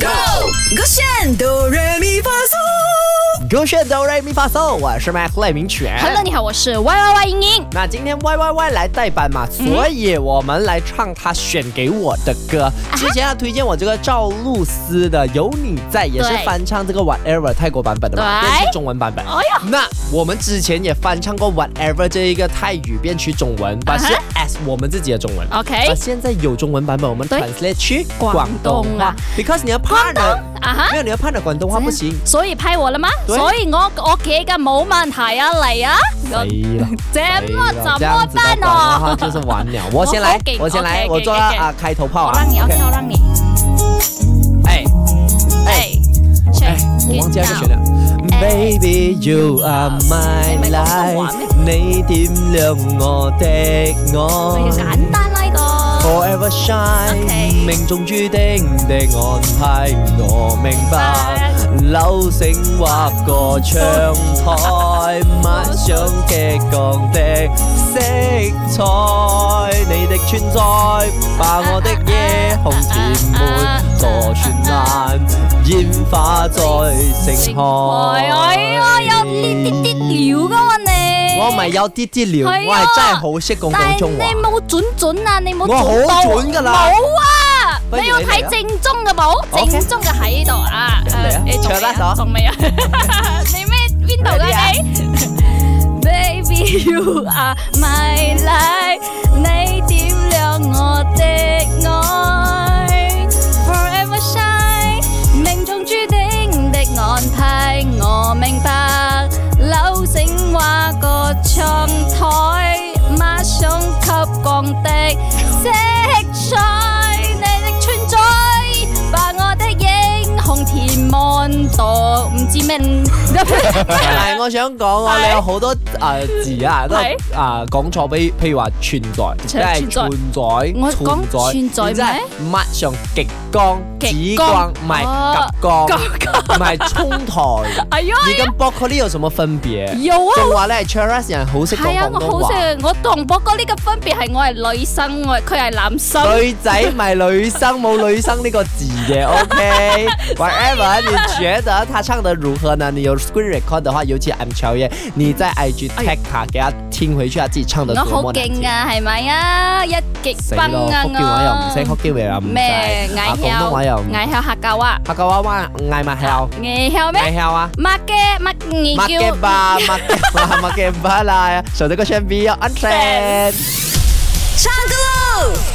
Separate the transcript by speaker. Speaker 1: Go！勾选哆来咪发嗦，
Speaker 2: 勾选哆来咪发嗦，我是麦克赖明全。
Speaker 3: Hello，你好，我是 Y Y Y 莹莹。
Speaker 2: 那今天 Y Y Y 来代班嘛，所以我们来唱他选给我的歌。
Speaker 3: 啊
Speaker 2: 之前他推荐我这个赵露思的《有你在》，也是
Speaker 3: 对
Speaker 2: 翻唱这个 Whatever 泰国版本的嘛，
Speaker 3: 对
Speaker 2: 也是中文版本。
Speaker 3: 哎呀，
Speaker 2: 那我们之前也翻唱过 Whatever 这一个泰语变曲中文，但是
Speaker 3: 啊
Speaker 2: as 我们自己的中文。
Speaker 3: OK
Speaker 2: 那现在有中文版本，我们
Speaker 3: 对
Speaker 2: translate 去
Speaker 3: 广东
Speaker 2: 话
Speaker 3: 啊
Speaker 2: ，because 你的 partner
Speaker 3: 啊哈
Speaker 2: 没有你的 partner 广东话不行。
Speaker 3: 所以批我啦嘛，
Speaker 2: 對
Speaker 3: 所以我我嘅嘅冇问题啊，嚟啊，
Speaker 2: 哎呀，
Speaker 3: 怎么
Speaker 2: 哎呀
Speaker 3: 怎
Speaker 2: 这样
Speaker 3: 么
Speaker 2: 子的广
Speaker 3: 办
Speaker 2: 东话就
Speaker 3: 哦？
Speaker 2: 是完了。我先来
Speaker 3: 我好，劲
Speaker 2: 我先来，
Speaker 3: OK，OK，OK，OK
Speaker 2: 我做啊开头炮
Speaker 3: 我
Speaker 2: 啊
Speaker 3: 让你
Speaker 2: OK
Speaker 3: ，OK，我让你，
Speaker 2: 哎
Speaker 3: 哎，
Speaker 2: 哎
Speaker 3: check，
Speaker 2: 我忘记那
Speaker 3: it
Speaker 2: 个
Speaker 3: out
Speaker 2: 旋律了。Baby, you are my
Speaker 3: 你咪講廣
Speaker 2: life，
Speaker 3: 東話
Speaker 2: 你點亮我的
Speaker 3: 哎最
Speaker 2: 我。
Speaker 3: 簡單啦呢個。
Speaker 2: Forever shine，
Speaker 3: OK
Speaker 2: 命中注定的安排，我明白。柳繩劃過窗台，抹上極光的色彩。你的存在，把我的夜空填滿，多絢爛，煙花在盛
Speaker 3: 哎
Speaker 2: 開。
Speaker 3: 呀，有呢啲啲料噶喎你。
Speaker 2: 我咪有啲啲料，
Speaker 3: 係啊
Speaker 2: 我係真係好識講
Speaker 3: 但
Speaker 2: 廣
Speaker 3: 係
Speaker 2: 東
Speaker 3: 你
Speaker 2: 話。
Speaker 3: 冇準準啊，你冇
Speaker 2: 我好
Speaker 3: 準到。
Speaker 2: 準㗎啦
Speaker 3: 冇啊，
Speaker 2: 不如
Speaker 3: 你要
Speaker 2: 你嚟啊
Speaker 3: 睇正宗嘅冇，
Speaker 2: OK
Speaker 3: 正宗嘅喺度啊。
Speaker 2: 嚟啊
Speaker 3: 誒你仲
Speaker 2: 唱
Speaker 3: 未
Speaker 2: 啦
Speaker 3: 啊？
Speaker 2: 首
Speaker 3: 仲未啊？ 你咩邊度㗎
Speaker 2: Ready 啊
Speaker 3: 你？Baby, you are my light，你點亮我的愛，Forever shine，命中注定的安排，我明白。柳繩劃過窗台，馬上吸光的色彩，你的存在把我的英雄填滿到唔知咩。
Speaker 2: 但係我想講我
Speaker 3: 係
Speaker 2: 你有好多誒字啊，都
Speaker 3: 係
Speaker 2: 啊講錯，譬譬如話存在，即係存
Speaker 3: 存
Speaker 2: 在，
Speaker 3: 我講存在
Speaker 2: 然之後抹上極光，紫
Speaker 3: 極
Speaker 2: 光
Speaker 3: 光
Speaker 2: 唔係
Speaker 3: 哦
Speaker 2: 及光，唔係衝 台。
Speaker 3: 哎呀！
Speaker 2: 你跟 broccoli 有什麼分別？
Speaker 3: 有啊，
Speaker 2: 仲話你係 Cheras 人，好識講
Speaker 3: 係啊，
Speaker 2: 廣
Speaker 3: 我
Speaker 2: 東
Speaker 3: 好
Speaker 2: 話。
Speaker 3: 正。我同博哥呢個分別係我係女生，我佢係男生。
Speaker 2: 女仔咪女生，冇女生呢個字 嘅，OK。Whatever，你覺得他唱得如何呢？你有 screen record 的話，尤其 M 乔耶，你在 IG tag 他，給他聽回去，他自己唱得多
Speaker 3: 我好
Speaker 2: 麼難聽
Speaker 3: 勁。啊，係咪啊？一極
Speaker 2: 死
Speaker 3: 崩
Speaker 2: 咯！
Speaker 3: 啊
Speaker 2: 福建話又唔識，福
Speaker 3: 我。
Speaker 2: 建話又唔識，
Speaker 3: 咩？
Speaker 2: 啊
Speaker 3: 矮
Speaker 2: 廣東
Speaker 3: 翹，
Speaker 2: 話又唔
Speaker 3: 矮翹客家話。
Speaker 2: 客家話話嗌咪翹，
Speaker 3: 矮翹
Speaker 2: 嗌
Speaker 3: 咩？
Speaker 2: 翹啊！
Speaker 3: 麥嘅麥你
Speaker 2: 麥嘅
Speaker 3: 叫。
Speaker 2: 吧，麥嘅吧，麥嘅吧啦！首先個選 B 要 u n t r e n
Speaker 1: 唱歌喽！